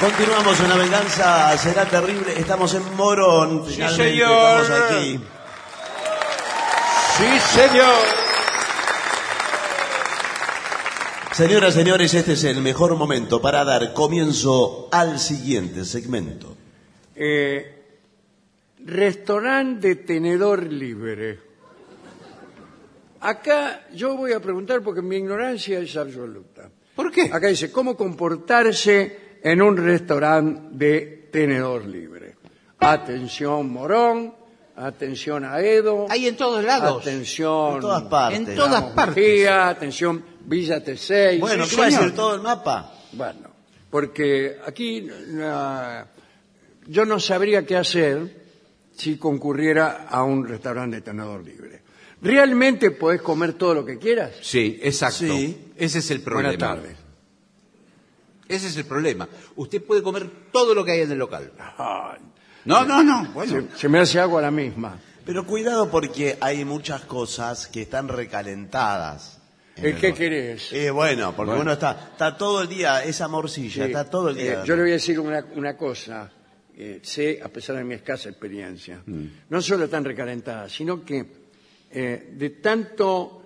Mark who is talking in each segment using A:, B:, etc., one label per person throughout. A: Continuamos en La Venganza Será Terrible. Estamos en Morón. Finalmente
B: señor.
A: estamos aquí.
B: Sí, señor.
A: Señoras, señores, este es el mejor momento para dar comienzo al siguiente segmento.
C: Eh, restaurante de tenedor libre. Acá yo voy a preguntar porque mi ignorancia es absoluta.
B: ¿Por qué?
C: Acá dice, ¿cómo comportarse en un restaurante de tenedor libre? Atención Morón, atención a Edo,
D: Hay en todos lados.
C: atención
A: En todas partes.
D: En todas
A: vamos.
D: partes.
C: Mejía, atención Villa T6.
A: Bueno,
D: Sí,
A: ¿qué va a
D: señor.
A: decir todo el mapa?
C: Bueno, porque aquí na- yo no sabría qué hacer si concurriera a un restaurante de tenedor libre. ¿Realmente podés comer todo lo que quieras?
B: Sí, exacto.
A: Sí.
B: Ese es el problema.
C: Buenas tardes.
B: Ese es el problema. Usted puede comer todo lo que hay en el local.
C: Ah. Ay,
B: No, no, no. Bueno.
C: se, se me hace agua la misma.
A: Pero cuidado porque hay muchas cosas que están recalentadas. en
C: Eh,
A: el
C: ¿Qué
A: horno.
C: querés?
A: Eh, bueno, porque
B: Bueno.
A: uno está, está todo el día, esa morcilla,
C: Sí,
A: está todo el
C: eh,
A: día.
C: yo le voy a decir una, una cosa. eh, sé, a pesar de mi escasa experiencia,
A: Mm.
C: no solo están recalentadas, sino que eh, de tanto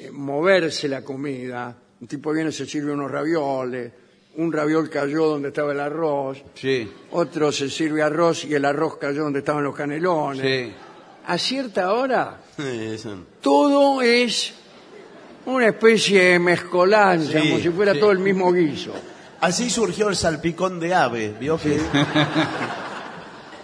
C: eh, moverse la comida, un tipo viene y se sirve unos ravioles, un raviol cayó donde estaba el arroz,
B: Sí.
C: otro se sirve arroz y el arroz cayó donde estaban los canelones.
B: Sí.
C: A cierta hora
A: Eh, es un-
C: todo es una especie de mezcolanza,
A: Sí,
C: como si fuera
A: sí.
C: todo el mismo guiso.
A: Así surgió el salpicón de ave, ¿vio? que-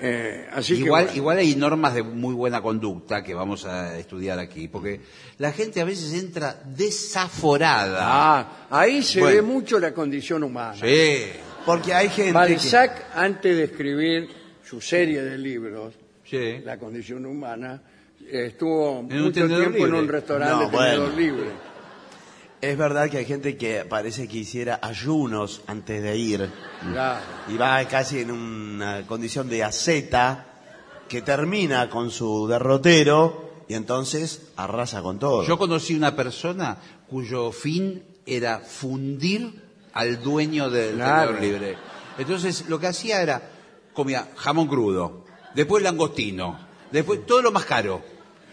C: Eh, así que,
B: Igual,
C: bueno.
B: igual hay normas de muy buena conducta que vamos a estudiar aquí, porque la gente a veces entra desaforada.
C: Ah, ahí se
B: Bueno.
C: ve mucho la condición humana.
B: Sí,
A: Porque hay gente que-
C: Balzac, antes de escribir su serie de libros,
B: sí.
C: La condición humana, eh, estuvo
B: En un
C: mucho
B: tenedor
C: tiempo en
B: libre. Mm.
C: un restaurante
A: No,
C: de tenedor
A: bueno.
C: libre.
A: Es verdad que hay gente que parece que hiciera ayunos antes de ir.
C: Claro.
A: Y va casi en una condición de aceta que termina con su derrotero y entonces arrasa con todo.
B: Yo conocí una persona cuyo fin era fundir al dueño del
C: Claro.
B: tenedor libre. Entonces lo que hacía era comía jamón crudo, después langostino, después todo lo más caro.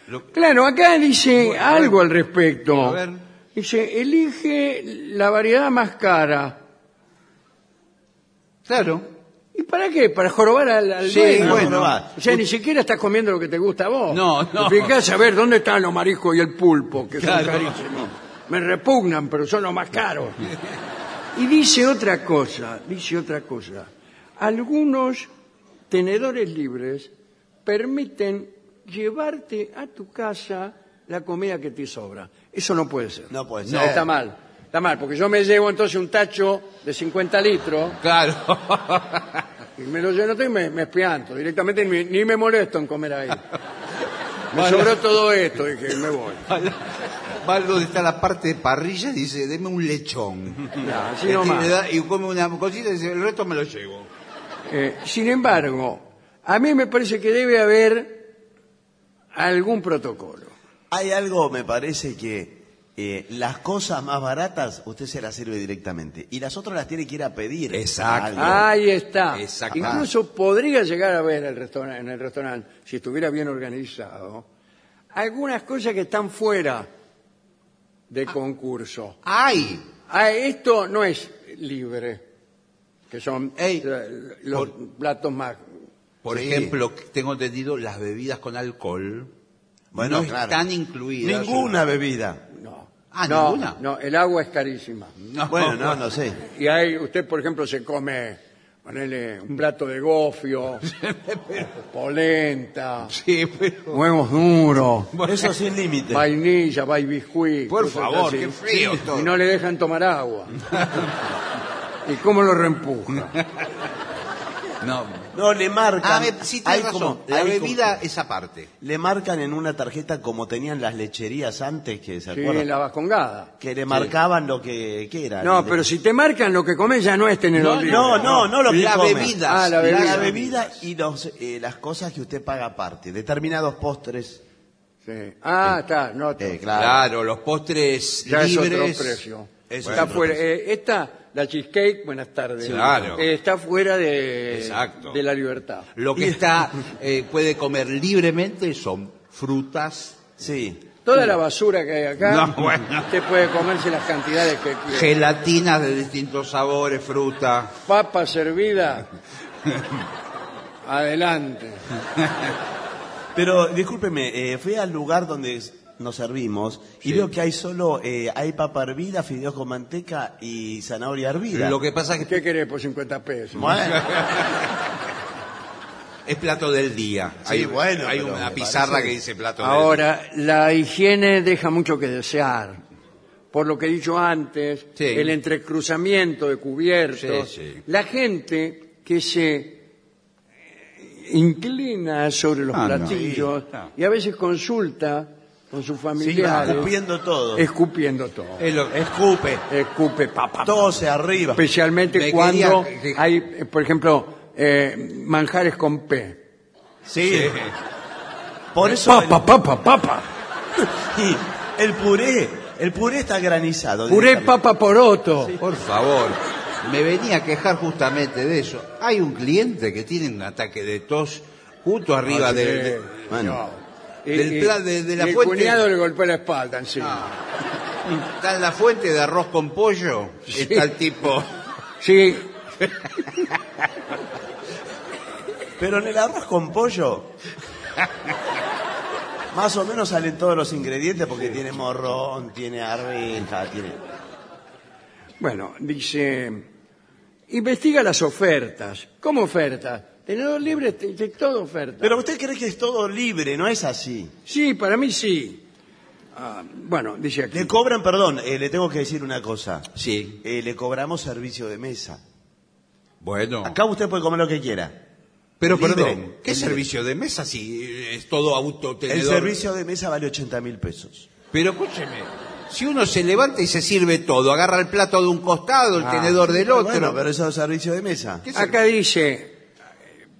B: Lo-
C: Claro, acá dice algo al respecto.
B: A ver.
C: Dice, elige la variedad más cara.
B: claro.
C: ¿Y para qué? Para jorobar al, al
B: Sí,
C: dueño.
A: bueno, va.
C: o sea, ni siquiera estás comiendo lo que te gusta a vos.
B: No, no.
C: Te fijás a ver dónde están los mariscos y el pulpo, que
B: Claro.
C: son carísimos. Me repugnan, pero son los más caros. Y dice otra cosa, dice otra cosa. Algunos tenedores libres permiten llevarte a tu casa la comida que te sobra. Eso no puede ser.
A: No puede
C: No,
A: ser.
C: está mal. Está mal, porque yo me llevo entonces un tacho de 50 litros
B: Claro.
C: y me lo lleno todo y me, me espianto. Directamente ni, ni me molesto en comer ahí. Me
B: Bueno.
C: sobró todo esto, dije, me voy.
B: Va donde está la parte de parrilla y dice, deme un lechón.
C: Ya, así
B: Este,
C: nomás.
B: le da- y come una cosita y dice, el resto me lo llevo.
C: Eh, sin embargo, a mí me parece que debe haber algún protocolo.
A: Hay algo, me parece que eh, las cosas más baratas usted se las sirve directamente y las otras las tiene que ir a pedir.
B: Exacto.
A: a alguien.
C: Ahí está.
B: Exacto.
C: Incluso podría llegar a ver el restaurante, en el restaurante, si estuviera bien organizado, algunas cosas que están fuera de concurso.
B: ¡Ay!
C: Ah, esto no es libre, que son
B: Ey,
C: eh, los platos más...
B: Por
A: Sí.
B: ejemplo, tengo entendido las bebidas con alcohol
A: Bueno,
B: no
A: claro.
B: están incluidas.
A: Ninguna bebida.
C: No.
B: Ah,
C: no,
B: ninguna.
C: No, el agua es carísima.
B: No.
A: Bueno, no, no sé.
C: Y ahí usted, por ejemplo, se come, ponele un plato de gofio, polenta,
B: Sí, pero-
C: huevos duros,
A: Eso sin límite.
C: vainilla, biscuit.
B: Por
C: cosas
B: favor,
C: así.
B: qué frío todo.
C: Y no le dejan tomar agua. ¿Y cómo lo reempuja?
B: No.
A: No, le marcan.
B: Ah, me- sí, tiene
A: Hay
B: razón.
A: como-
B: la
A: hay como-
B: bebida es aparte.
A: Le marcan en una tarjeta como tenían las lecherías antes, que se
C: Sí,
A: acuerdan.
C: la vascongada.
A: Que le marcaban lo que, que era.
C: No,
A: Le-
C: pero si te marcan lo que comes ya no es tenedor libre.
A: No, no, no lo que
B: La
A: come.
B: bebida.
C: Ah, la bebida.
A: La bebida y los, eh, las cosas que usted paga aparte. Determinados postres.
C: Sí. Ah, está, no, está.
A: eh, claro.
B: Claro, los postres
C: ya es otro
B: libres.
C: precio.
B: Eso
C: está
B: es-
C: fuera. eh, esta, la cheesecake, buenas tardes.
B: Sí, claro.
C: Eh, está fuera de,
B: Exacto.
C: de la libertad.
B: Lo que está, eh, puede comer libremente son frutas,
A: Sí.
C: Toda la basura que hay acá,
B: No, bueno.
C: usted puede comerse las cantidades que quiera.
B: gelatinas de distintos sabores, fruta.
C: Papa servida. Adelante.
A: Pero discúlpeme, eh, fui al lugar donde s- nos servimos y
B: Sí.
A: veo que hay solo, eh, hay papa hervida, fideos con manteca y zanahoria hervida.
B: Lo que pasa es que
C: ¿Qué querés por 50 pesos?
A: Bueno,
B: es plato del día.
A: Sí, bueno,
B: hay
A: pero
B: una
A: me
B: pizarra
A: parece-
B: que dice plato del
C: Ahora, la higiene deja mucho que desear. Por lo que he dicho antes,
B: Sí.
C: el entrecruzamiento de cubiertos,
B: Sí, sí.
C: la gente que se eh, inclina sobre los
B: Ah, no.
C: platillos
B: Sí, claro.
C: y a veces consulta con sus
A: está
C: familiares,
A: escupiendo todo.
C: escupiendo todo.
B: día. Es lo- escupe.
C: Escupe papá.
A: Tose arriba.
C: Especialmente
B: Me
C: cuando
B: quería que-
C: hay, eh, por ejemplo, eh, manjares con P.
A: Sí.
B: Sí.
A: Por eso el,
C: Papa, papa, papa.
A: sí, el puré, el puré está granizado.
C: Puré
A: directamente.
C: papa poroto.
B: Por favor, me venía a quejar justamente de eso. Hay un cliente que tiene un ataque de tos justo arriba
C: Ah, sí.
B: del... de-
A: Bueno.
B: Del pla- de- de la
C: Eh, y el
B: fuente.
C: cuñado le golpeó la espalda encima.
B: Ah. Está en la fuente de arroz con pollo. Está el tipo...
C: Ah. Sí,
A: Pero en el arroz con pollo. Más o menos salen todos los ingredientes porque tiene morrón, tiene arveja, tiene.
C: bueno, dice, investiga las ofertas. ¿Cómo ofertas? Tenedor libre, te- te- todo oferta.
A: Pero usted cree que es todo libre, no es así.
C: Sí, para mí sí. Ah, bueno, dice aquí.
A: Le cobran, perdón, eh, le tengo que decir una cosa.
B: Sí.
A: Eh, le cobramos servicio de mesa.
B: Bueno.
A: Acá usted puede comer lo que quiera.
B: Pero
A: Libre.
B: perdón, ¿qué
A: Libre.
B: servicio de mesa si es todo autotenedor?
A: El servicio de mesa vale 80 mil pesos.
B: Pero escúcheme, si uno se levanta y se sirve todo, agarra el plato de un costado, el tenedor del otro.
A: Bueno, Ah, pero eso es servicio de mesa.
B: ¿Qué
C: Acá dice, eh,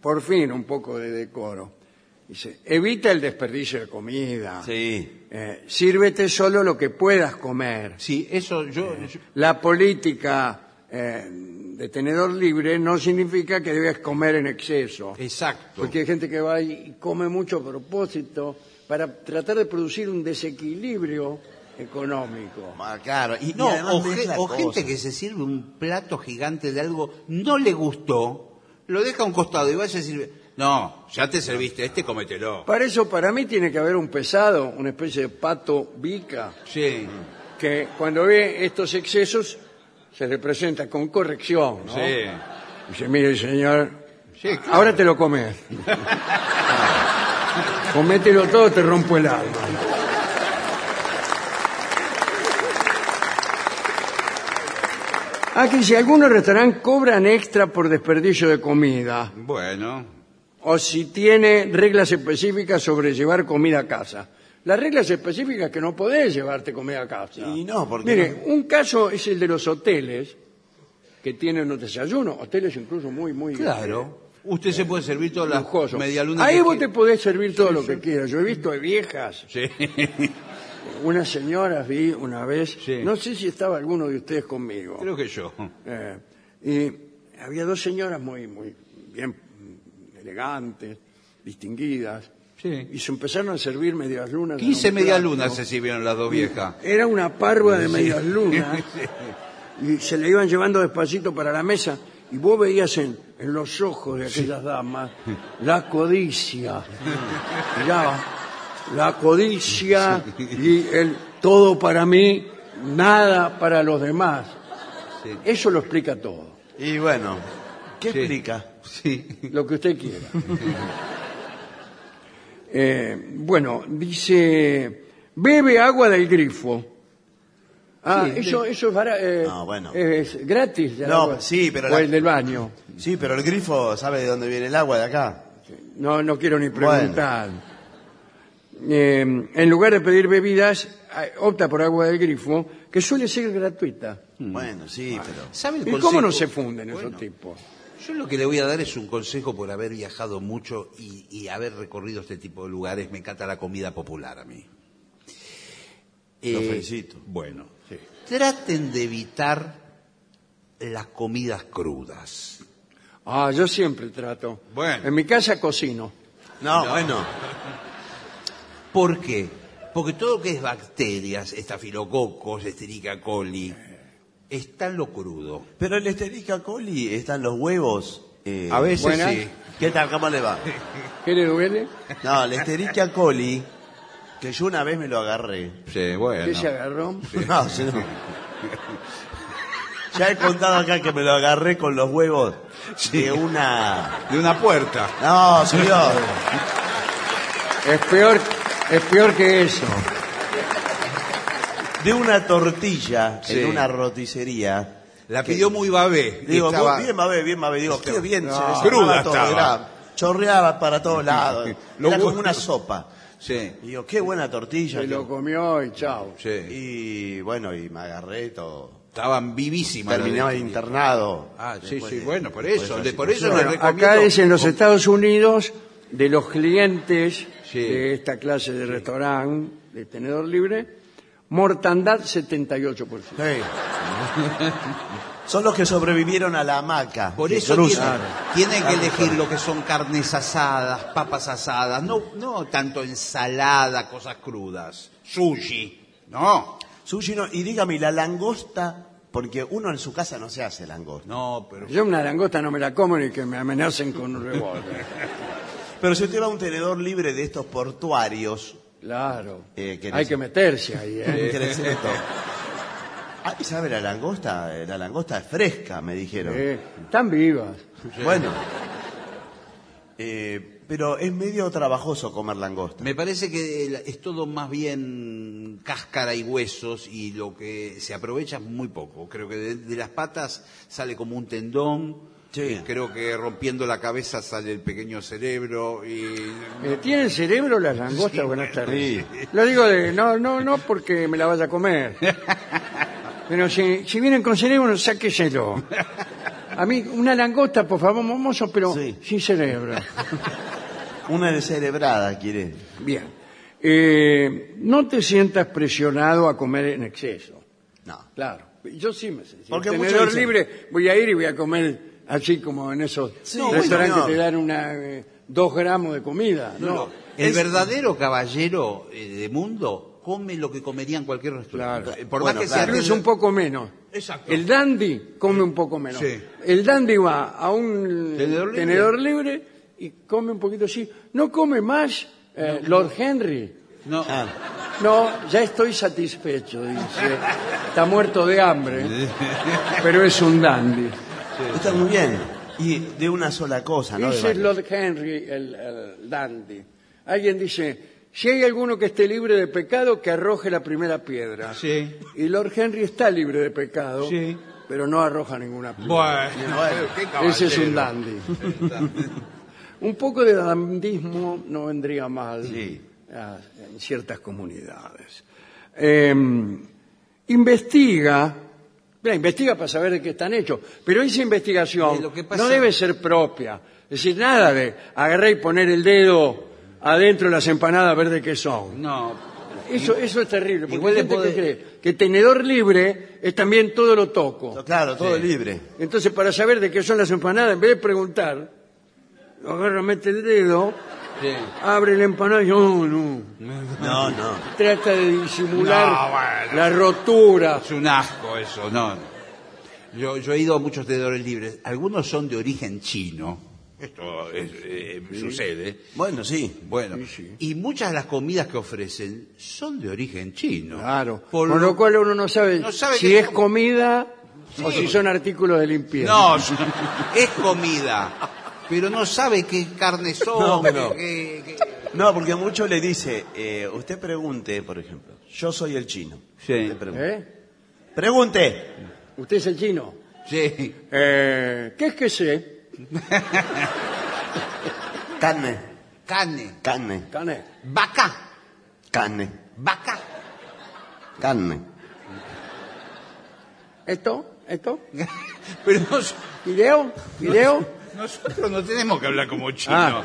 C: por fin un poco de decoro. Dice, evita el desperdicio de comida.
A: Sí.
C: Eh, sírvete solo lo que puedas comer.
B: Sí, eso yo,
A: Eh.
B: yo-
C: La política eh, de tenedor libre no significa que debes comer en exceso.
B: Exacto.
C: Porque hay gente que va y come mucho a propósito para tratar de producir un desequilibrio económico.
A: Ah, claro. Y,
B: No,
A: y además
B: o,
A: mezcla
B: ge- o
A: cosas.
B: gente que se sirve un plato gigante de algo, no le gustó, lo deja a un costado y va y se sirve. No, ya te serviste, este cometelo.
C: Para eso, para mí, tiene que haber un pesado, una especie de pato bica,
B: Sí,
C: que cuando ve estos excesos se le presenta con corrección. ¿no?
B: sí.
C: Dice, mire, señor,
B: Sí, claro.
C: ahora te lo comes. Comételo todo, te rompo el alma. Aquí Ah, dice, algunos restaurantes cobran extra por desperdicio de comida
B: Bueno,
C: o si tiene reglas específicas sobre llevar comida a casa. Las reglas específicas que no podés llevarte comida a casa.
A: Y no, porque
C: Mire, un caso es el de los hoteles que tienen los desayunos, hoteles incluso muy, muy
B: claro. Usted se puede servir todas
C: eh,
B: las
C: lujosos.
B: medialunas.
C: Ahí
B: que
C: vos te
B: quiera.
C: podés servir todo lo que quieras. Yo he visto de viejas,
B: Sí,
C: unas señoras vi una vez,
B: Sí.
C: no sé si estaba alguno de ustedes conmigo.
B: creo que yo.
C: Eh, y había dos señoras muy, muy bien mm, elegantes, distinguidas,
B: Sí.
C: y se empezaron a servir medias lunas. en
B: 15
C: un
B: medialunas se
C: plato.
B: sirvieron las dos viejas.
C: Mm. Era una parva de medias lunas, y se le iban llevando despacito para la mesa, y vos veías en, en los ojos de aquellas damas la codicia. Miraba, la codicia y el todo para mí, nada para los demás.
B: Sí.
C: Eso lo explica todo.
A: Y bueno, ¿qué
B: Sí.
A: explica?
B: Sí.
C: lo que usted quiera. Eh, bueno, dice, bebe agua del grifo. Ah,
B: Sí,
C: eso, eso es, bara- eh,
A: No, bueno.
C: es gratis. el
A: No,
C: agua.
A: sí, pero
C: O
A: la-
C: el del baño.
A: Sí, pero el grifo sabe de dónde viene el agua de acá.
C: No, no quiero ni
A: Bueno.
C: preguntar. Eh, en lugar de pedir bebidas, eh, opta por agua del grifo, que suele ser gratuita.
B: Hmm.
A: Bueno, sí, pero.
B: ¿Sabe el
C: ¿Y cómo
B: consejo?
C: no se funden
B: Bueno,
C: esos tipos?
B: Yo lo que le voy a dar es un consejo por haber viajado mucho y, y haber recorrido este tipo de lugares. Me encanta la comida popular a mí.
A: Lo
B: Eh,
A: felicito.
B: Bueno, traten de evitar las comidas crudas.
C: Ah, yo siempre trato.
B: Bueno.
C: En mi casa cocino.
A: No, bueno.
B: ¿Por qué? Porque todo lo que es bacterias, estafilococos, esterica coli, está en lo crudo.
A: Pero el Esterica coli están los huevos. eh,
B: A veces
C: buenas.
B: sí.
A: ¿Qué tal? ¿Cómo le va?
C: ¿Qué le duele?
A: No, el Esterica coli, que yo una vez me lo agarré.
B: Sí, bueno.
C: ¿Qué se agarró?
A: No, si no. Ya he contado acá que me lo agarré con los huevos de una.
B: De una puerta.
A: No, señor.
C: Es peor, es peor que eso.
A: De una tortilla
B: Sí.
A: en una roticería.
B: La
A: Que-
B: pidió muy babé. y
A: Digo,
B: estaba-
A: muy bien, Mabé, bien, Mabé. Digo, qué bien, se
B: No.
A: desarmaba
B: Cruda
A: todo,
B: estaba.
A: era- chorreaba para todos lados.
B: Lo
A: Era como
B: bueno.
A: una sopa.
B: Sí,
A: Y digo, qué buena tortilla.
C: Se lo
A: que-
C: comió y chao.
B: sí.
A: Y bueno, y me agarré todo.
B: Estaban vivísimas. las
A: Terminaba
B: de-
A: internado.
B: Ah, sí,
A: Después
B: sí,
A: de-
B: bueno, por
A: después
B: eso.
A: de
B: de-
A: esa
B: por eso
A: situación.
B: les recomiendo...
C: Acá es en los Estados Unidos de los clientes
B: Sí.
C: de esta clase de restaurante de tenedor libre, mortandad 78%.
A: Sí. Son los que sobrevivieron a la hamaca.
B: Por
A: que
B: eso
A: cruzan.
B: tienen, tienen que elegir lo que son carnes asadas, papas asadas, no, no tanto ensalada, cosas crudas, sushi, no.
A: Sushi no, y dígame, ¿y la langosta, porque uno en su casa no se hace langosta.
B: No, pero
C: Yo una langosta no me la como ni que me amenacen con un revólver.
A: Pero si usted va a un tenedor libre de estos portuarios,
C: Claro.
A: Eh, que
C: Hay
A: no-
C: que meterse ahí. ¿eh?
A: Interesante. Ah, ¿y ¿Sabe la langosta? Eh, La langosta es fresca, me dijeron.
C: Eh, están vivas.
A: Bueno. Eh, pero es medio trabajoso comer langosta.
B: me parece que el- es todo más bien cáscara y huesos y lo que se aprovecha es muy poco. Creo que de, de las patas sale como un tendón,
A: Sí.
B: y creo que rompiendo la cabeza sale el pequeño cerebro y...
C: Eh, ¿Tienen cerebro las langostas? Buenas tardes. Lo digo de, no, no, no porque me la vaya a comer. Pero si, si vienen con cerebro, sáqueselo. A mí, una langosta, por favor, momoso, pero
A: Sí.
C: sin cerebro.
A: Una descerebrada, quiere.
C: Bien. Eh, no te sientas presionado a comer en exceso.
A: No.
C: Claro. Yo sí me siento.
A: Porque
C: Porque
A: muchos
C: tenedor
A: dicen-
C: libre voy a ir y voy a comer así como en esos
A: Sí, no,
C: restaurantes
A: bueno, no.
C: que te dan una, eh, dos gramos de comida. No,
B: No, el verdadero caballero eh, de mundo come lo que comería en cualquier restaurante.
C: Claro.
B: Eh, Por
A: Bueno,
B: más que
A: claro.
B: sea
C: Incluso un poco menos.
B: Exacto.
C: El dandy come un poco menos.
B: Sí.
C: El dandy va a un
B: Tenedor
C: tenedor,
B: libre.
C: libre y come un poquito así. No come más eh, Lord Henry.
B: No,
A: Ah,
C: No, ya estoy satisfecho, dice. Está muerto de hambre, pero es un dandy.
A: está muy bien. Y de una sola cosa, ¿no? De
C: Dice
A: varias.
C: Lord Henry, el, el dandy. Alguien dice, si hay alguno que esté libre de pecado, que arroje la primera piedra.
B: Sí.
C: Y Lord Henry está libre de pecado,
B: Sí.
C: pero no arroja ninguna piedra.
B: Bueno, qué caballero.
C: Ese es un dandy. un poco de dandismo no vendría mal
A: Sí.
C: a- en ciertas comunidades. Eh, investiga, mira, investiga para saber de qué están hechos, pero esa
B: Eh,
C: investigación
B: lo que pasa-
C: no debe ser propia. Es decir, nada de agarrar y poner el dedo adentro de las empanadas a ver de qué son.
B: No,
C: Eso, eso es terrible, porque
B: Igual
C: hay
B: le
C: gente
B: puede-
C: que cree que tenedor libre es también todo lo toco.
A: Claro, todo libre.
C: Entonces, para saber de qué son las empanadas, en vez de preguntar, agarra, mete el dedo,
B: sí.
C: abre la empanada y no, no.
A: No, no.
C: Trata de disimular
B: No, bueno.
C: la rotura.
B: es un asco eso, no. Yo, yo he ido a muchos tenedores libres. Algunos son de origen chino. Esto es, eh, sucede.
A: Bueno, sí.
B: Bueno,
C: Sí, sí.
B: y muchas de las comidas que ofrecen son de origen chino.
C: Claro.
B: Por
C: Por, lo cual uno no sabe,
B: No sabe
C: si
B: qué
C: es
B: com-
C: comida o
B: Sí.
C: si son artículos de limpieza.
B: No, es comida, pero no sabe qué carne son.
A: No, no.
B: qué- qué-
A: No, porque mucho le dice, eh, usted pregunte, por ejemplo, yo soy el chino.
B: Sí.
A: Usted pregunta.
C: ¿Eh?
A: Pregunte.
C: ¿Usted es el chino?
B: Sí.
C: Eh, ¿Qué es que sé?
A: Carne,
B: Carne,
A: carne,
C: Cané.
B: vaca,
A: carne,
B: vaca.
A: carne.
C: ¿Esto? ¿Esto?
B: Pero nos-
C: ¿Video? ¿Video?
B: nosotros no tenemos que hablar como chino.
C: Ah.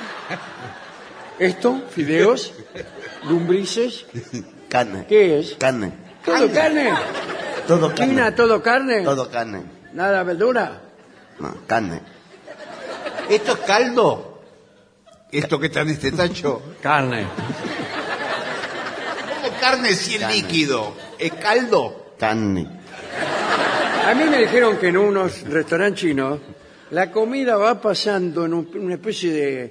C: ¿Esto? ¿Fideos? ¿Lumbrices?
A: Carne.
C: ¿Qué es?
A: Carne.
C: ¿Todo carne?
A: Todo carne.
C: ¿China, todo carne?
A: Todo carne.
C: ¿Nada verdura?
A: No, carne.
B: ¿Esto es caldo? ¿Esto que está en este tacho?
C: Carne.
B: ¿Cómo carne si es
A: Carne.
B: líquido? ¿Es caldo?
A: Carne.
C: A mí me dijeron que en unos restaurantes chinos la comida va pasando en un- una especie de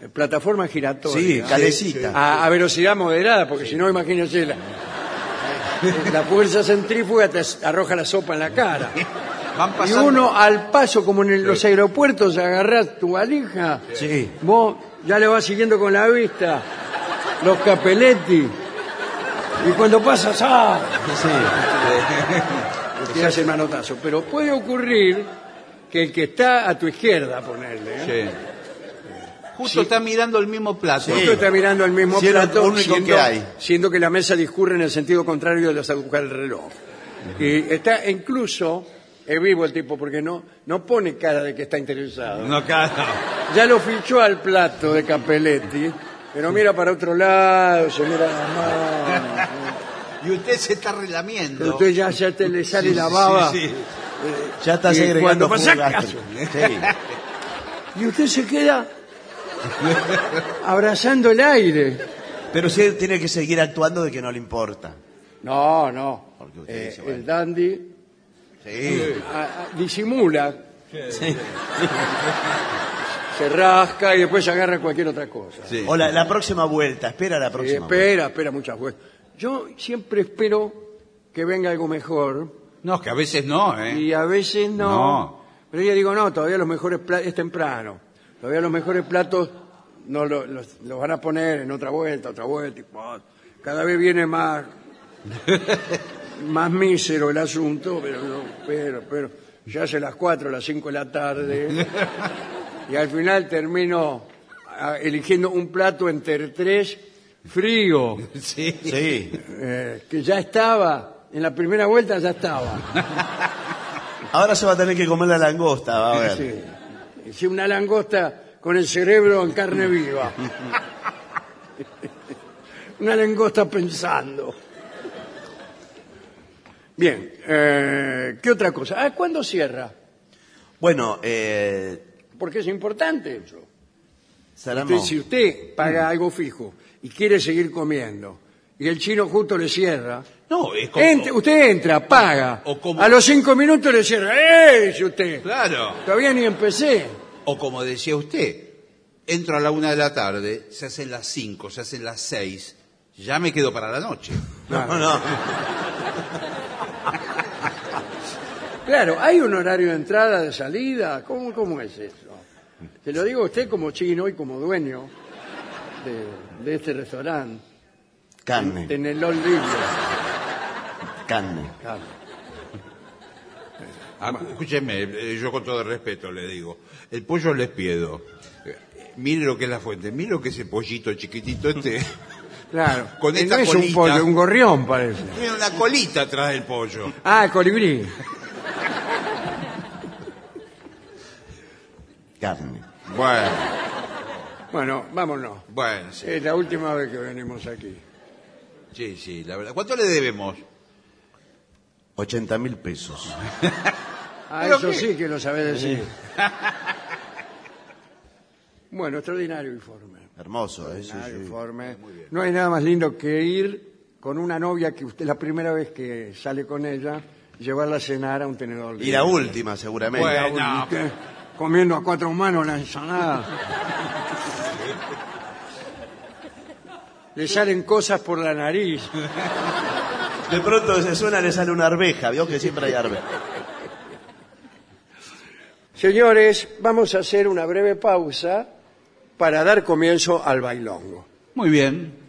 C: eh, plataforma
A: Sí,
C: giratoria.
A: calecita.
C: a, a velocidad moderada, porque si no, imagínense la, la fuerza centrífuga te as- arroja la sopa en la cara.
B: Van
C: Y
B: pasando.
C: uno al paso, como en el- los aeropuertos, agarras tu valija,
A: Sí.
C: vos ya le vas siguiendo con la vista los capeletti. Y cuando pasas, ¡ah! te hace el manotazo. Pero puede ocurrir que el que está a tu izquierda, ponerle, ¿eh?
B: Sí. Justo está mirando el mismo plato.
A: Sí.
C: Justo está mirando el mismo
A: Si es lo
C: plato,
A: único
C: siendo,
A: que hay.
C: siendo que la mesa discurre en el sentido contrario de las agujas del reloj. Y está incluso, es vivo el tipo, porque no, no pone cara de que está interesado.
B: No, claro.
C: Ya lo fichó al plato de Capelletti, pero mira para otro lado, se mira las manos.
B: Y usted se está
C: Pero
B: relamiendo.
C: usted Ah. ya, ya te le sale
B: Sí,
C: la
B: sí,
C: baba.
B: sí, sí.
A: Ya estás
C: Y cuando
A: agregando
C: pasa-
A: jugo gástrico. Sí.
C: Y usted se queda abrazando el aire.
A: Pero usted tiene que seguir actuando de que no le importa.
C: No, no.
A: Porque usted
C: Eh,
A: dice, bueno.
C: El dandy
A: Sí.
C: ah, ah, disimula. Se rasca y después se agarra cualquier otra cosa.
B: Sí.
A: O la, la próxima vuelta, espera la
C: Y
A: próxima vuelta.
C: espera, espera muchas veces. Yo siempre espero que venga algo mejor
B: No, que a veces no, ¿eh?
C: y a veces no.
B: No.
C: Pero yo digo, no, todavía los mejores platos, es temprano, todavía los mejores platos no lo- los, los van a poner en otra vuelta, otra vuelta. y, oh, cada vez viene más, más mísero el asunto, pero no, pero, pero ya hace las 4, las 5 de la tarde y al final termino ah, eligiendo un plato entre tres frío
B: Sí.
A: Sí.
C: eh, que ya estaba, en la primera vuelta ya estaba.
A: Ahora se va a tener que comer la langosta, va a ver.
C: Sí. Hice una langosta con el cerebro en carne viva. una langosta pensando. Bien, eh, ¿qué otra cosa? Ah, ¿cuándo cierra?
A: Bueno, eh,
C: Porque es importante eso. Usted,
A: cerramos.
C: si usted
B: Mm.
C: paga algo fijo y quiere seguir comiendo y el chino justo le cierra,
B: No, es como...
C: Ent- usted entra, paga.
B: O como-
C: A los cinco minutos le cierra. ¡Eh! Dice usted.
B: Claro.
C: Todavía ni empecé.
B: O como decía usted, entro a la una de la tarde, se hacen las cinco, se hacen las seis, ya me quedo para la noche.
A: No, no.
C: Claro, hay un horario de entrada, de salida. ¿Cómo, cómo es eso? Se lo digo a usted como chino y como dueño de, de este restaurante.
A: Carne,
C: En el Old Libre.
A: carne.
C: Claro.
B: Ah, Escúcheme, eh, yo con todo respeto le digo, el pollo les pido. Mire lo que es la fuente, mire lo que es el pollito chiquitito este.
C: Claro.
B: Con
C: Eh,
B: esta
C: no es un
B: colita.
C: pollo, un gorrión parece.
B: Tiene una colita atrás del pollo.
C: Ah, el colibrí.
A: Carne.
B: Bueno,
C: Bueno, vámonos.
B: bueno, sí,
C: Es la última vez que venimos aquí.
B: sí, sí, la verdad. ¿Cuánto le debemos?
A: 80 mil pesos.
C: Ah,
B: ¿Pero
C: eso
B: qué?
C: sí que lo sabe decir. bueno, extraordinario informe.
A: Hermoso, ¿eh? Sí,
C: Extraordinario
A: sí.
C: informe. No hay nada más lindo que ir con una novia que usted la primera vez que sale con ella, llevarla a cenar a un tenedor.
A: Y
C: libre.
A: la última, seguramente.
B: Bueno.
C: Y
B: No.
C: usted Comiendo a cuatro manos la ensalada. Le salen cosas por la nariz.
A: De pronto se suena, le sale una arveja. Vio que siempre hay arveja.
C: Señores, vamos a hacer una breve pausa para dar comienzo al bailongo.
B: Muy bien.